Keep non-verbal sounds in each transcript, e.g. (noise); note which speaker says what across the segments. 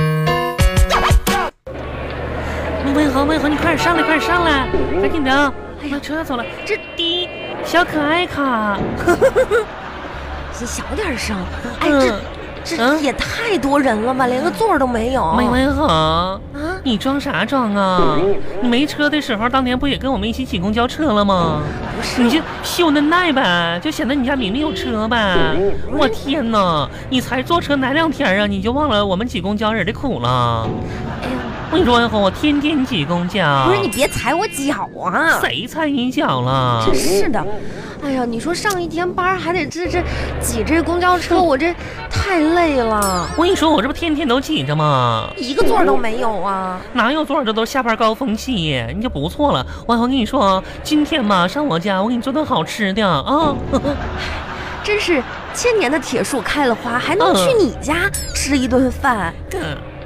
Speaker 1: 哎
Speaker 2: 嗯哎
Speaker 1: 呀，把车走了，这滴小可爱卡，
Speaker 2: 你小点声。哎，
Speaker 1: 嗯，
Speaker 2: 这这
Speaker 1: 嗯
Speaker 2: 也太多人了吧，连个座儿都没有。
Speaker 1: 美文好，
Speaker 2: 啊，
Speaker 1: 你装啥装啊？
Speaker 2: 嗯
Speaker 1: 你没车的时候，当年不也跟我们一起挤公交车了吗？
Speaker 2: 不
Speaker 1: 你
Speaker 2: 是，
Speaker 1: 就秀嫩耐呗，就显得你家明明有车呗。
Speaker 2: 嗯
Speaker 1: 我天哪，你才坐车哪两天啊，你就忘了我们挤公交人的苦了？
Speaker 2: 哎呀，
Speaker 1: 我跟你说，文红，我天天挤公交，
Speaker 2: 不是你别踩我脚啊！
Speaker 1: 谁踩你脚了
Speaker 2: 真？是的，哎呀，你说上一天班儿还得这这挤这公交车，我这太累了，
Speaker 1: 我跟你说，我这不天天都挤着吗？
Speaker 2: 一个座儿都没有啊！
Speaker 1: 哪有多少这都下班高峰期，你就不错了。我我跟你说，今天嘛上我家，我给你做顿好吃的啊。
Speaker 2: 真是千年的铁树开了花，还能
Speaker 1: 嗯
Speaker 2: 去你家吃一顿饭？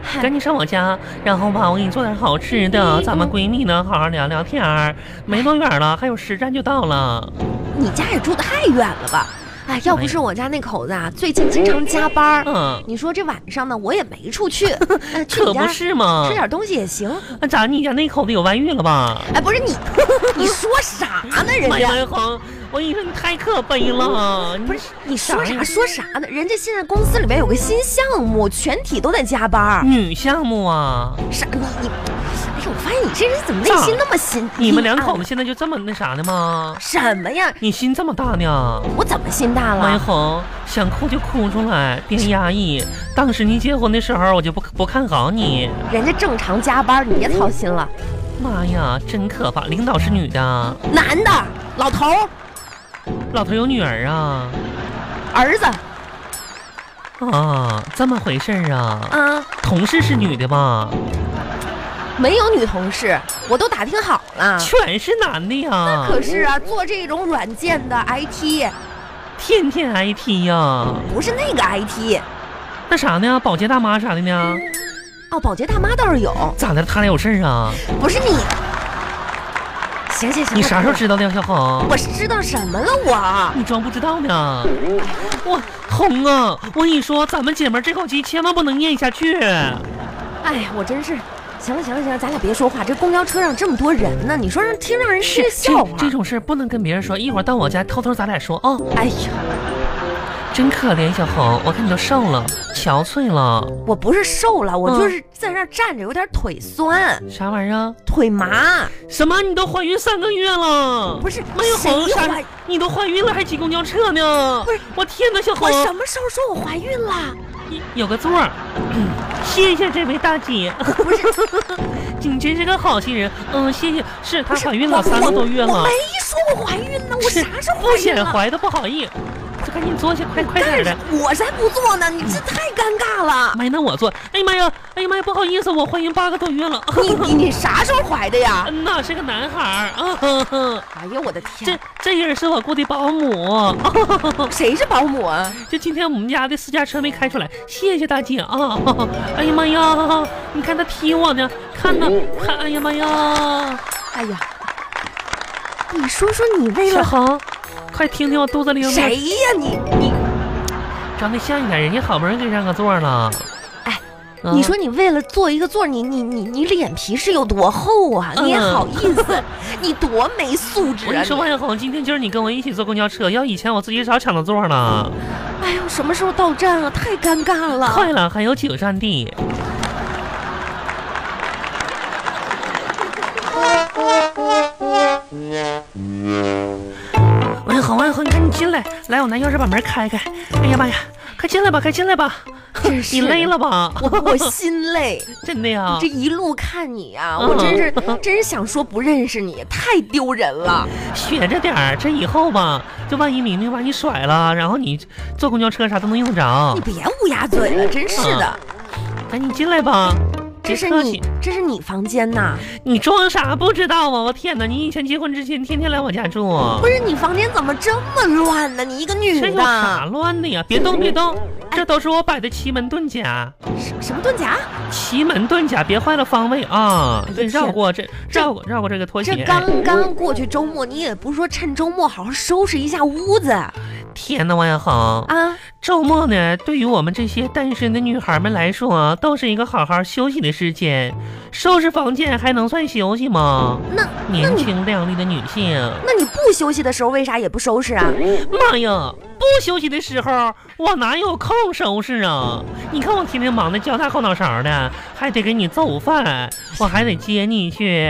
Speaker 2: 嗨
Speaker 1: 赶紧上我家，然后吧，我给你做点好吃
Speaker 2: 嗯
Speaker 1: 的，咱们闺蜜呢好好聊聊天儿。没多远了，还有十站就到了。
Speaker 2: 你家也住太远了吧？哎，要不是我家那口子啊，最近经常加班儿，
Speaker 1: 嗯，
Speaker 2: 你说这晚上呢，我也没处 (laughs) 去，呃、去
Speaker 1: 可
Speaker 2: 你
Speaker 1: 不
Speaker 2: 家
Speaker 1: 是嘛
Speaker 2: 吃。点东西也行。
Speaker 1: 那咋你家那口子有外遇了吧？
Speaker 2: 哎，不是 (laughs) 你，你说啥呢？人
Speaker 1: 哎
Speaker 2: 家
Speaker 1: 呀，文红，我跟你说你太可悲了。不是
Speaker 2: 你说啥说啥呢？人家现在公司里面有个新项目，全体都在加班儿。
Speaker 1: 女项目啊？
Speaker 2: 啥？你你，哎呦，我发现你这人怎么内心那么心？
Speaker 1: 你们两口
Speaker 2: 阴
Speaker 1: 子现在就这么那啥的吗
Speaker 2: 暗？什么呀？
Speaker 1: 你心这么大呢？
Speaker 2: 我怎么心大
Speaker 1: 王一
Speaker 2: 了？
Speaker 1: 红，想哭就哭出来，别压抑。当时你结婚的时候，我就不不看好你。
Speaker 2: 人家正常加班儿，你别操心了。
Speaker 1: 妈呀，真可怕！领导是女的，
Speaker 2: 男的，老头儿，
Speaker 1: 老头有女儿啊？
Speaker 2: 儿子
Speaker 1: 啊，这么回事儿啊？
Speaker 2: 啊，
Speaker 1: 同事是女的吧？
Speaker 2: 没有女同事，我都打听好了。
Speaker 1: 全是男的呀！
Speaker 2: 啊可是啊，做这种软件的 IT
Speaker 1: 天天 IT 呀，
Speaker 2: 不是那个 IT
Speaker 1: 那啥呢？保洁大妈啥的呢？
Speaker 2: 哦，保洁大妈倒是有，
Speaker 1: 咋的？他俩有事儿啊？
Speaker 2: 不是你。行行行，
Speaker 1: 你啥时候知道的呀，小红？
Speaker 2: 我知道什么了我？
Speaker 1: 你装不知道呢？
Speaker 2: 嗯
Speaker 1: 我红啊！我跟你说，咱们姐们儿这口气千万不能咽下去。
Speaker 2: 哎，我真是，行了行了行了，咱俩别说话，这公交车上这么多人呢，你说让听让人啊听着笑话
Speaker 1: 这这种事儿不能跟别人说，一会儿到我家偷偷咱俩说啊、
Speaker 2: 哎呀，
Speaker 1: 真可怜，小红，我看你都瘦了，憔悴了，
Speaker 2: 我不是瘦了，我
Speaker 1: 嗯
Speaker 2: 就是在那儿站着有点腿酸、
Speaker 1: 啥玩意儿啊？
Speaker 2: 腿麻，
Speaker 1: 什么？你都怀孕三个月了？
Speaker 2: 不是
Speaker 1: 没有
Speaker 2: 谁
Speaker 1: 红
Speaker 2: 怀
Speaker 1: 啥？你都怀孕了还挤公交车呢？
Speaker 2: 不是
Speaker 1: 我天哪，小
Speaker 2: 我
Speaker 1: 红，
Speaker 2: 什么时候说我怀孕了？
Speaker 1: 有个座儿，谢谢这位大姐，
Speaker 2: 不是，
Speaker 1: 你真是个好心人。嗯，谢谢，是她
Speaker 2: 不是
Speaker 1: 怀孕了三个多月
Speaker 2: 我我
Speaker 1: 了
Speaker 2: 没，说我怀孕呢，我
Speaker 1: 是
Speaker 2: 啥时候
Speaker 1: 不
Speaker 2: 怀孕
Speaker 1: 显
Speaker 2: 了？
Speaker 1: 怀的不好意，就赶紧坐下，快快点
Speaker 2: 但
Speaker 1: 儿
Speaker 2: 是
Speaker 1: 的。
Speaker 2: 我才不做呢，你这太尴尬了。
Speaker 1: 妈呀，那我坐。哎呀妈呀，哎呀妈呀，不好意思，我怀孕八个多月了。 (laughs)
Speaker 2: 你你你啥时候怀的呀？
Speaker 1: 嗯呐，是个男孩儿啊呵呵，
Speaker 2: 哎呀，我的天
Speaker 1: 这，这人是我雇的保姆、啊呵呵
Speaker 2: 谁是保姆啊？
Speaker 1: 就今天我们家的私家车没开出来，谢谢大姐啊！呵呵哎呀妈呀，你看他踢我呢，看呢，看，哎呀妈呀！
Speaker 2: 哎呀，你说说你为
Speaker 1: 小
Speaker 2: 了
Speaker 1: 恒，快听听我肚子里有没
Speaker 2: 哎谁
Speaker 1: 有
Speaker 2: 呀你你？
Speaker 1: 长得像一点，人家好不容易给让个座了。
Speaker 2: 哎
Speaker 1: 啊，
Speaker 2: 你说你为了坐一个座儿，你你你你脸皮是有多厚啊？
Speaker 1: 嗯
Speaker 2: 你也好意思，你多没素质
Speaker 1: 我跟
Speaker 2: 啊！
Speaker 1: 你说，
Speaker 2: 你
Speaker 1: 王小红，今天就是你跟我一起坐公交车，要以前我自己早抢到座了。
Speaker 2: 哎呦，什么时候到站啊？太尴尬了！
Speaker 1: 快了，还有几个站地。王一恒，王一恒，你赶紧进来，来，我拿钥匙把门开开。哎呀妈呀，快进来吧，快进来吧，
Speaker 2: 真是
Speaker 1: 你累了吧？
Speaker 2: 我
Speaker 1: (laughs)
Speaker 2: 我心累，
Speaker 1: 真的呀
Speaker 2: 这，一路看你啊，
Speaker 1: 嗯
Speaker 2: 我真是真是想说不认识你，太丢人
Speaker 1: 啊
Speaker 2: 了。
Speaker 1: 学着点儿，这以后吧，就万一明明把你甩了，然后你坐公交车啥都能用得着
Speaker 2: 你。别乌鸦嘴了，真是
Speaker 1: 嗯
Speaker 2: 的。
Speaker 1: 赶紧进来吧，
Speaker 2: 这
Speaker 1: 别
Speaker 2: 是
Speaker 1: 客
Speaker 2: 你
Speaker 1: 气。
Speaker 2: 这是你房间呐？
Speaker 1: 你装啥不知道啊？我天哪，你以前结婚之前天天来我家住。
Speaker 2: 不是你房间怎么这么乱呢？你一个女
Speaker 1: 这有啥
Speaker 2: 的，
Speaker 1: 乱的呀？别动，别动，
Speaker 2: 嗯
Speaker 1: 这都是我摆的奇门遁甲，
Speaker 2: 什什么遁甲？
Speaker 1: 奇门遁甲，别坏了方位啊！对，
Speaker 2: 哎天
Speaker 1: 绕过这，绕过绕过这个拖
Speaker 2: 这
Speaker 1: 鞋。
Speaker 2: 刚刚过去周末，你也不说趁周末好好收拾一下屋子啊？
Speaker 1: 天哪，王小恒，周末呢，对于我们这些单身的女孩们来说啊，都是一个好好休息的时间。收拾房间还能算休息吗？
Speaker 2: 那那
Speaker 1: 年
Speaker 2: 你
Speaker 1: 轻靓丽的女性，
Speaker 2: 那你不休息的时候为啥也不收拾啊？
Speaker 1: 妈呀！不休息的时候，我哪有空收拾啊？你看我天天忙的焦大后脑勺的，还得给你做饭，我还得接你去，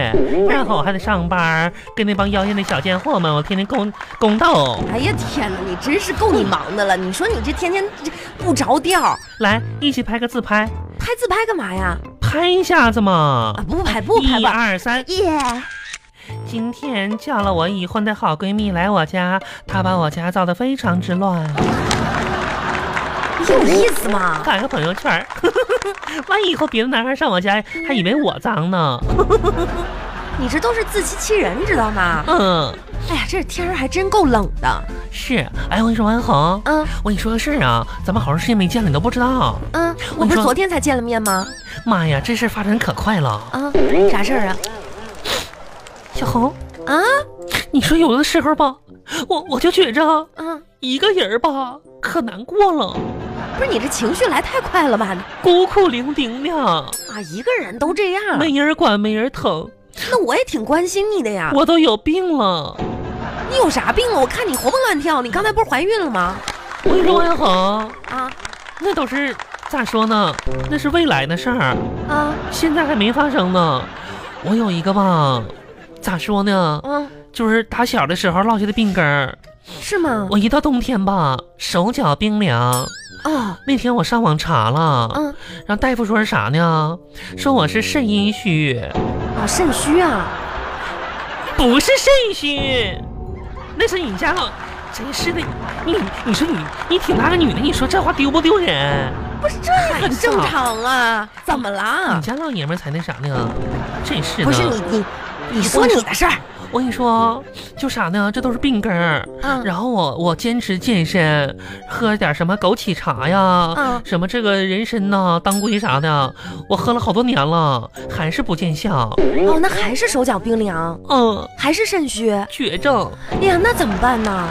Speaker 1: 然后我还得上班，跟那帮妖艳的小贱货们，我天天宫宫斗。
Speaker 2: 哎呀天哪，你真是够你忙的了！你说你这天天这不着调，
Speaker 1: 来，一起拍个自拍，
Speaker 2: 拍自拍干嘛呀？
Speaker 1: 拍一下子嘛
Speaker 2: 啊，。不拍不拍
Speaker 1: 一
Speaker 2: 吧。
Speaker 1: 二三，
Speaker 2: 耶
Speaker 1: 今天叫了我已婚的好闺蜜来我家，她把我家造得非常之乱。
Speaker 2: 有意思吗？
Speaker 1: 发个朋友圈儿， (laughs) 万一以后别的男孩上我家还以为我脏呢。
Speaker 2: 你这都是自欺欺人，知道吗？
Speaker 1: 嗯，
Speaker 2: 哎呀，这天儿还真够冷的。
Speaker 1: 是。哎，我跟你说，王红，
Speaker 2: 嗯
Speaker 1: 我跟你说个事儿啊，咱们好长时间没见了，你都不知道。
Speaker 2: 嗯，我不是昨天才见了面吗？
Speaker 1: 妈呀，这事儿发展可快了。
Speaker 2: 啊，啥事儿啊？
Speaker 1: 小红，
Speaker 2: 啊
Speaker 1: 你说有的时候吧，我我就觉着
Speaker 2: 嗯，
Speaker 1: 一个人儿吧可难过了，
Speaker 2: 不是你这情绪来太快了吧？
Speaker 1: 孤苦伶仃的，
Speaker 2: 啊，一个人都这样，
Speaker 1: 没人管，没人疼，
Speaker 2: 那我也挺关心你的呀。
Speaker 1: 我都有病了。
Speaker 2: 你有啥病啊？我看你活蹦乱跳，你刚才不是怀孕了吗？
Speaker 1: 我跟你说，王小红，
Speaker 2: 啊
Speaker 1: 那都是咋说呢？那是未来的事儿。
Speaker 2: 啊
Speaker 1: 现在还没发生呢。我有一个吧，咋说呢，
Speaker 2: 嗯，
Speaker 1: 就是打小的时候落下的病根儿。
Speaker 2: 是吗？
Speaker 1: 我一到冬天吧，手脚冰凉。
Speaker 2: 啊
Speaker 1: 那天我上网查了，
Speaker 2: 嗯
Speaker 1: 然后大夫说是啥呢？说我是肾阴虚，
Speaker 2: 啊，肾虚啊。
Speaker 1: 不是肾虚，那是你家老，真是的，你你说你你挺大个女的，你说这话丢不丢人？
Speaker 2: 不是，这很正常啊，怎么
Speaker 1: 你
Speaker 2: 啦？
Speaker 1: 家老爷们儿才那啥呢？真是的，
Speaker 2: 不是你你你说你的事儿，
Speaker 1: 我跟你说，就啥呢？这都是病根儿。
Speaker 2: 嗯
Speaker 1: 然后我我坚持健身，喝点什么枸杞茶呀，
Speaker 2: 嗯
Speaker 1: 什么这个人参呐、当归啥的，我喝了好多年了，还是不见效。
Speaker 2: 哦，那还是手脚冰凉，
Speaker 1: 嗯，
Speaker 2: 还是肾虚。哎
Speaker 1: 绝症。
Speaker 2: 呀，那怎么办呢？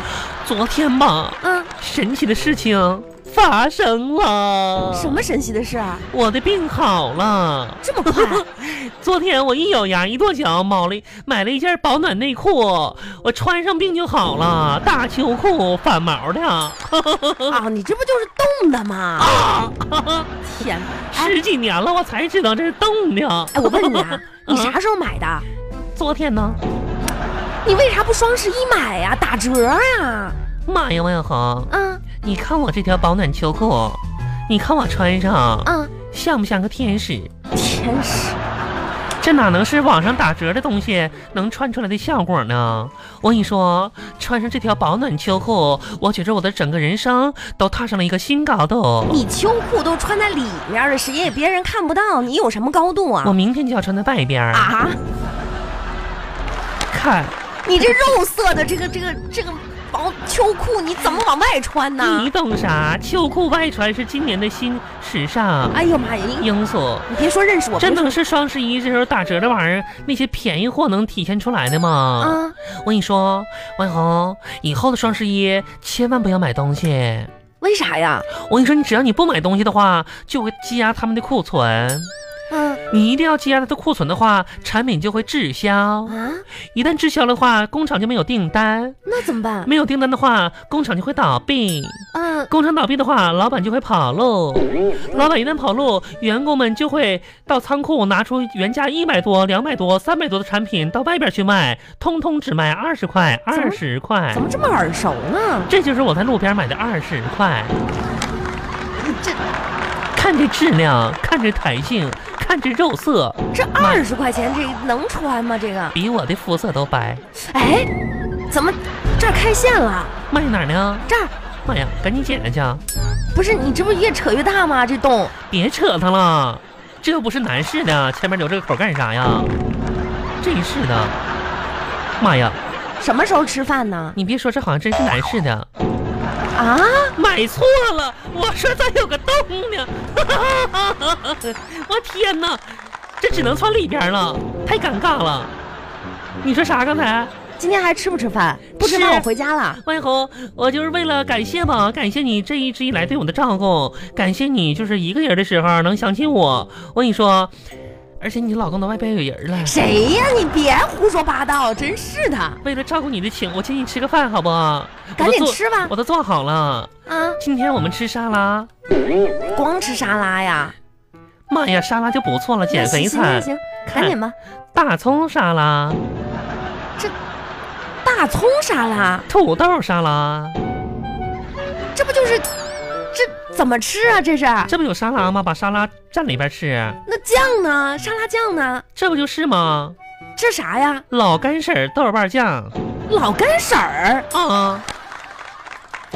Speaker 1: 昨天吧，
Speaker 2: 嗯，
Speaker 1: 神奇的事情发生了，
Speaker 2: 什？么神奇的事啊？
Speaker 1: 我的病好了。
Speaker 2: 这么快？
Speaker 1: (laughs) 昨天我一咬牙一跺脚，买了一买了一件保暖内裤，我穿上病就好了，大秋裤反毛的。
Speaker 2: 啊，你这不就是冻的吗？
Speaker 1: (laughs)
Speaker 2: 天哪！哎
Speaker 1: 十几年了，我才知道这是冻的。，
Speaker 2: 哎，我问你啊你啥时候买的？
Speaker 1: 昨天呢？
Speaker 2: 你为啥不双十一买呀、打折呀、
Speaker 1: 妈呀，王小红，
Speaker 2: 啊？
Speaker 1: 你看我这条保暖秋裤，你看我穿上
Speaker 2: 啊，啊！
Speaker 1: 像不像个天使？
Speaker 2: 天使，
Speaker 1: 这哪能是网上打折的东西能穿出来的效果呢？我跟你说，穿上这条保暖秋裤，我觉着我的整个人生都踏上了一个新高度。
Speaker 2: 你秋裤都穿在里面了，谁也别人看不到，你有什么高度
Speaker 1: 我
Speaker 2: 啊？
Speaker 1: 明天就要穿在外边儿，
Speaker 2: 啊！
Speaker 1: 看
Speaker 2: 你这肉色的这个这个这个薄秋裤，你怎么往外穿呢
Speaker 1: 你？懂啥？秋裤外穿是今年的新时尚
Speaker 2: 哎呦妈呀！你
Speaker 1: 因素。
Speaker 2: 你别说认识我，
Speaker 1: 这
Speaker 2: 别说
Speaker 1: 能是双十一这时候打折的玩意儿，那些便宜货能体现出来的吗？
Speaker 2: 啊？
Speaker 1: 我跟你说，王小红，以后的双十一千万不要买东西。
Speaker 2: 为啥呀？
Speaker 1: 我跟你说，你只要你不买东西的话，就会积压他们的库存。
Speaker 2: 嗯
Speaker 1: 你一定要积压他的库存的话，产品就会滞销。
Speaker 2: 啊，
Speaker 1: 一旦滞销的话，工厂就没有订单，
Speaker 2: 那怎么办？
Speaker 1: 没有订单的话，工厂就会倒闭。
Speaker 2: 嗯，
Speaker 1: 工厂倒闭的话，老板就会跑路。老板一旦跑路，员工们就会到仓库拿出原价一百多、两百多、三百多的产品到外边去卖，通通只卖二十块、
Speaker 2: 怎么
Speaker 1: 二十块
Speaker 2: 怎。么这么耳熟呢？
Speaker 1: 这就是我在路边买的二十块。
Speaker 2: 你这
Speaker 1: 看这质量，看这弹性，看这肉色，
Speaker 2: 这二十块钱这能穿吗？这个？
Speaker 1: 比我的肤色都白。
Speaker 2: 哎，怎么这儿开线了？
Speaker 1: 卖哪儿呢？
Speaker 2: 这儿
Speaker 1: 妈呀，赶紧捡下去啊！
Speaker 2: 不是你这不越扯越大吗？这洞
Speaker 1: 别扯它了，这又不是男士的，前面留这个口干啥呀？真是的，妈呀！
Speaker 2: 什么时候吃饭呢？
Speaker 1: 你别说，这好像真是男士的。
Speaker 2: 啊，
Speaker 1: 买错了，我说咋有个洞呢？ (laughs) 我天哪，这只能穿里边了，太尴尬了。你说啥？刚才
Speaker 2: 今天还吃不吃饭？不吃
Speaker 1: 吃
Speaker 2: 饭我回家了。
Speaker 1: 万红，我就是为了感谢吧，感谢你这一直以来对我的照顾，感谢你就是一个人的时候能想起我。我跟你说，而且你老公都外边有人了。
Speaker 2: 谁呀、你别胡说八道，真是的
Speaker 1: 为了照顾你的请，我请你吃个饭，好不好？
Speaker 2: 赶
Speaker 1: 我都
Speaker 2: 紧
Speaker 1: 做
Speaker 2: 吃吧
Speaker 1: 我都做好了。
Speaker 2: 啊！
Speaker 1: 今天我们吃沙拉，
Speaker 2: 光吃沙拉呀，
Speaker 1: 妈呀，沙拉就不错了，减肥
Speaker 2: 行行
Speaker 1: 餐。
Speaker 2: 行，赶紧吧。
Speaker 1: 大葱沙拉、
Speaker 2: 大葱沙拉，
Speaker 1: 土豆沙拉，
Speaker 2: 这不就是这怎么吃啊？这是
Speaker 1: 这不有沙拉吗？把沙拉蘸里边吃，
Speaker 2: 那酱呢？沙拉酱呢？
Speaker 1: 这不就是吗？
Speaker 2: 这啥呀？
Speaker 1: 老干婶儿豆瓣酱
Speaker 2: 老干婶儿，
Speaker 1: 啊，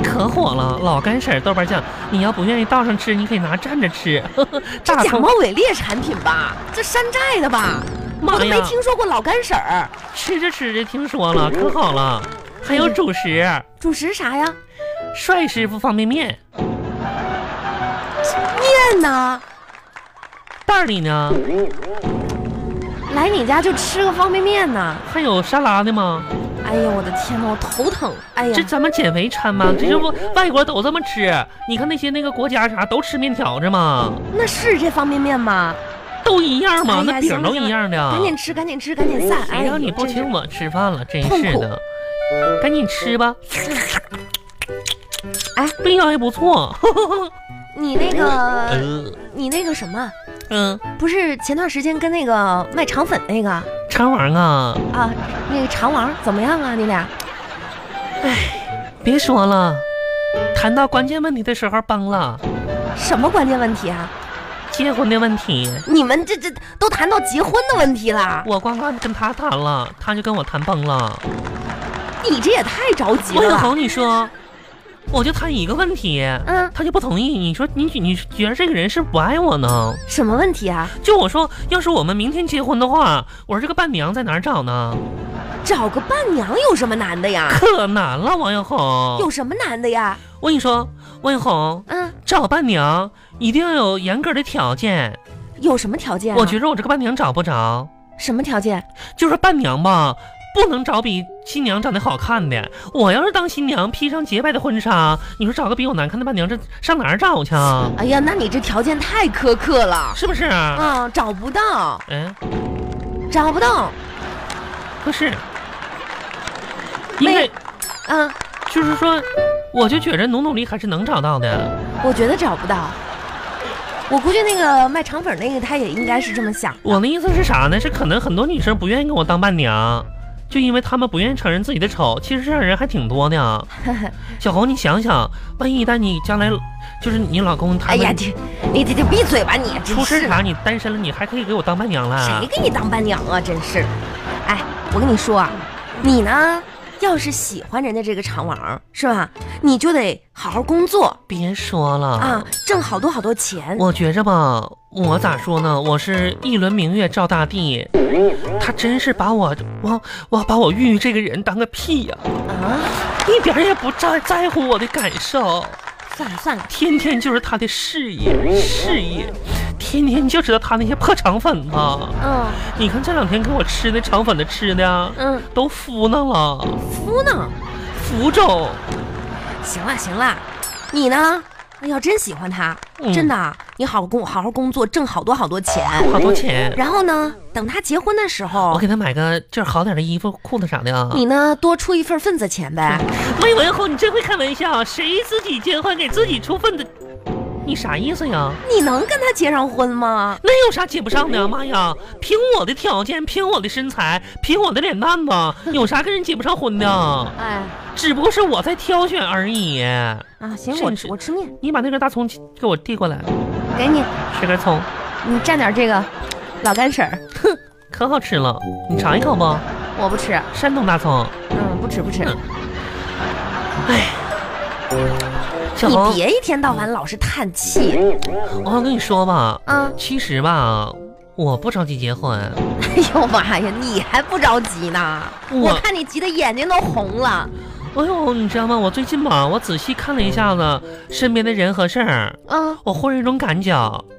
Speaker 1: 可火了！老干婶儿豆瓣酱，你要不愿意倒上吃，你可以拿蘸着吃。 (laughs) 呵呵
Speaker 2: 这
Speaker 1: 大
Speaker 2: 假
Speaker 1: 葱
Speaker 2: 冒，伪劣产品吧？这山寨的吧？我
Speaker 1: 妈
Speaker 2: 都没
Speaker 1: 哎呀，
Speaker 2: 听说过老干婶儿。
Speaker 1: 吃着吃着听说了，可好了。还有主食，
Speaker 2: 主食啥呀？
Speaker 1: 帅师傅方便面。
Speaker 2: 面呢？
Speaker 1: 袋儿里呢
Speaker 2: 来你家就吃个方便面呢？
Speaker 1: 还有沙拉的吗？
Speaker 2: 哎呀，我的天呐，我头疼！哎呀
Speaker 1: 这，咱们减肥餐吗？这这不外国都这么吃？你看那些那个国家啥都吃面条子嘛，
Speaker 2: 那是这方便面吗？
Speaker 1: 都一样
Speaker 2: 哎
Speaker 1: 嘛
Speaker 2: 呀，
Speaker 1: 那饼都一样的。
Speaker 2: 赶紧吃，赶紧吃，赶紧散！哎
Speaker 1: 啊谁
Speaker 2: 呀，
Speaker 1: 让你不
Speaker 2: 真是
Speaker 1: 请我吃饭了？真
Speaker 2: 痛
Speaker 1: 是
Speaker 2: 苦
Speaker 1: 的，赶紧吃吧。
Speaker 2: 哎，
Speaker 1: 味道还不错。
Speaker 2: 你那个，
Speaker 1: 嗯
Speaker 2: 你那个什么，
Speaker 1: 嗯，
Speaker 2: 不是前段时间跟那个卖肠粉那个
Speaker 1: 肠王啊，
Speaker 2: 啊，那个肠王怎么样啊？你俩
Speaker 1: 别说了，谈到关键问题的时候崩了，
Speaker 2: 什么关键问题啊？
Speaker 1: 结婚的问题。
Speaker 2: 你们这这都谈到结婚的问题了，
Speaker 1: 我光光跟他谈了，他就跟我谈崩了。
Speaker 2: 你这也太着急
Speaker 1: 我
Speaker 2: 了
Speaker 1: 想
Speaker 2: 吧？
Speaker 1: 哄你说，我就谈一个问题，
Speaker 2: 嗯，
Speaker 1: 他就不同意。你说你你觉得这个人是不爱我呢？
Speaker 2: 什么问题啊？
Speaker 1: 就我说，要是我们明天结婚的话，我说这个伴娘在哪儿找呢？
Speaker 2: 找个伴娘有什么难的呀？
Speaker 1: 可难了，王小红。
Speaker 2: 有什么难的呀？
Speaker 1: 我跟你说，王小红
Speaker 2: 嗯，
Speaker 1: 找伴娘一定要有严格的条件。
Speaker 2: 有什么条件、啊？
Speaker 1: 我觉着我这个伴娘找不着，
Speaker 2: 什么条件？
Speaker 1: 就是伴娘吧。不能找比新娘长得好看的。我要是当新娘，披上洁白的婚纱，你说找个比我难看的伴娘，这上哪儿找去啊？
Speaker 2: 哎呀，那你这条件太苛刻了。
Speaker 1: 是不是？
Speaker 2: 啊，找不到，
Speaker 1: 嗯，
Speaker 2: 找不到，
Speaker 1: 不是，因为
Speaker 2: 嗯，
Speaker 1: 就是说，我就觉着努努力还是能找到的。
Speaker 2: 我觉得找不到。我估计那个卖肠粉那个，他也应该是这么想。
Speaker 1: 我的意思是啥呢？是可能很多女生不愿意跟我当伴娘，就因为她们不愿意承认自己的丑。其实这样人还挺多
Speaker 2: (laughs)
Speaker 1: 的。小红，你想想，万一但你将来就是你老公他
Speaker 2: 哎呀，
Speaker 1: 们
Speaker 2: 这你这就闭嘴吧你！
Speaker 1: 出
Speaker 2: 真
Speaker 1: 事
Speaker 2: 是
Speaker 1: 啥，
Speaker 2: 的，
Speaker 1: 你单身了，你还可以给我当伴娘了
Speaker 2: 谁？给你当伴娘啊？真是的。哎，我跟你说啊，你呢，要是喜欢人家这个肠王是吧，你就得好好工作
Speaker 1: 别说了
Speaker 2: 啊，挣好多好多钱。
Speaker 1: 我觉着吧，我咋说呢？我是一轮明月照大地，他真是把我我我把我玉玉这个人当个屁呀、
Speaker 2: 啊，
Speaker 1: 一点儿也不在在乎我的感受，
Speaker 2: 算了算了，
Speaker 1: 天天就是他的事业事业，天天就知道他那些破肠粉啊！
Speaker 2: 嗯
Speaker 1: 你看这两天给我吃那肠粉的吃的
Speaker 2: 嗯，
Speaker 1: 都敷弄了，
Speaker 2: 敷呢？
Speaker 1: 浮肿，
Speaker 2: 行了行了，你呢？哎呀，真喜欢他，
Speaker 1: 嗯
Speaker 2: 真的啊，你好好工好好工作，挣好多好多钱。
Speaker 1: 好多钱。
Speaker 2: 然后呢，等他结婚的时
Speaker 1: 我
Speaker 2: 候，
Speaker 1: 给他买个就是好点的衣服、裤子啥的啊。
Speaker 2: 你呢多出一份份子钱呗。
Speaker 1: 魏文红，你真会开玩笑，啊谁自己结婚给自己出份子？你啥意思呀？
Speaker 2: 你能跟他结上婚吗？
Speaker 1: 那有啥结不上的？妈呀，凭我的条件，凭我的身材，凭我的脸蛋子，有啥跟人结不上婚的？
Speaker 2: 哎，
Speaker 1: 只不过是我在挑选而已。
Speaker 2: 啊，行，
Speaker 1: 是
Speaker 2: 我
Speaker 1: 你
Speaker 2: 吃
Speaker 1: 是
Speaker 2: 我吃面，
Speaker 1: 你把那根大葱给我递过来，
Speaker 2: 给你，
Speaker 1: 吃根葱，
Speaker 2: 你蘸点这个老干婶儿，
Speaker 1: 可好吃了，你尝一口不？
Speaker 2: 我不吃，
Speaker 1: 山东大葱，
Speaker 2: 嗯，不吃不吃。
Speaker 1: 嗯小
Speaker 2: 你
Speaker 1: 红，
Speaker 2: 别一天到晚老是叹气
Speaker 1: 我跟你说吧，
Speaker 2: 啊！
Speaker 1: 其实吧，我不着急结婚。
Speaker 2: (laughs) 哎呦妈呀，你还不着急呢？
Speaker 1: 我
Speaker 2: 我看你急得眼睛都红了。
Speaker 1: 哎呦，你知道吗？我最近吧，我仔细看了一下子身边的人和事儿，
Speaker 2: 嗯，
Speaker 1: 我忽然有一种感觉，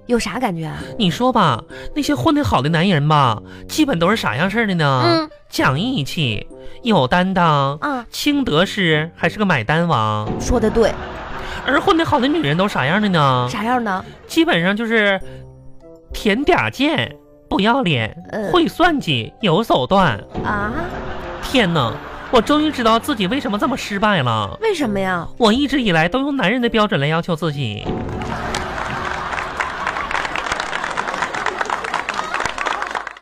Speaker 2: 有啥感觉啊？
Speaker 1: 你说吧，那些混得好的男人吧，基本都是啥样式儿的呢？
Speaker 2: 嗯
Speaker 1: 讲义气，有担当，
Speaker 2: 啊，
Speaker 1: 清德师，还是个买单王。
Speaker 2: 说的对，
Speaker 1: 而混得好的女人都啥样的呢？
Speaker 2: 啥样呢？
Speaker 1: 基本上就是甜嗲贱，不要脸
Speaker 2: 呃，
Speaker 1: 会算计，有手段。
Speaker 2: 啊？
Speaker 1: 天哪，我终于知道自己为什么这么失败了。
Speaker 2: 为什么呀？
Speaker 1: 我一直以来都用男人的标准来要求自己，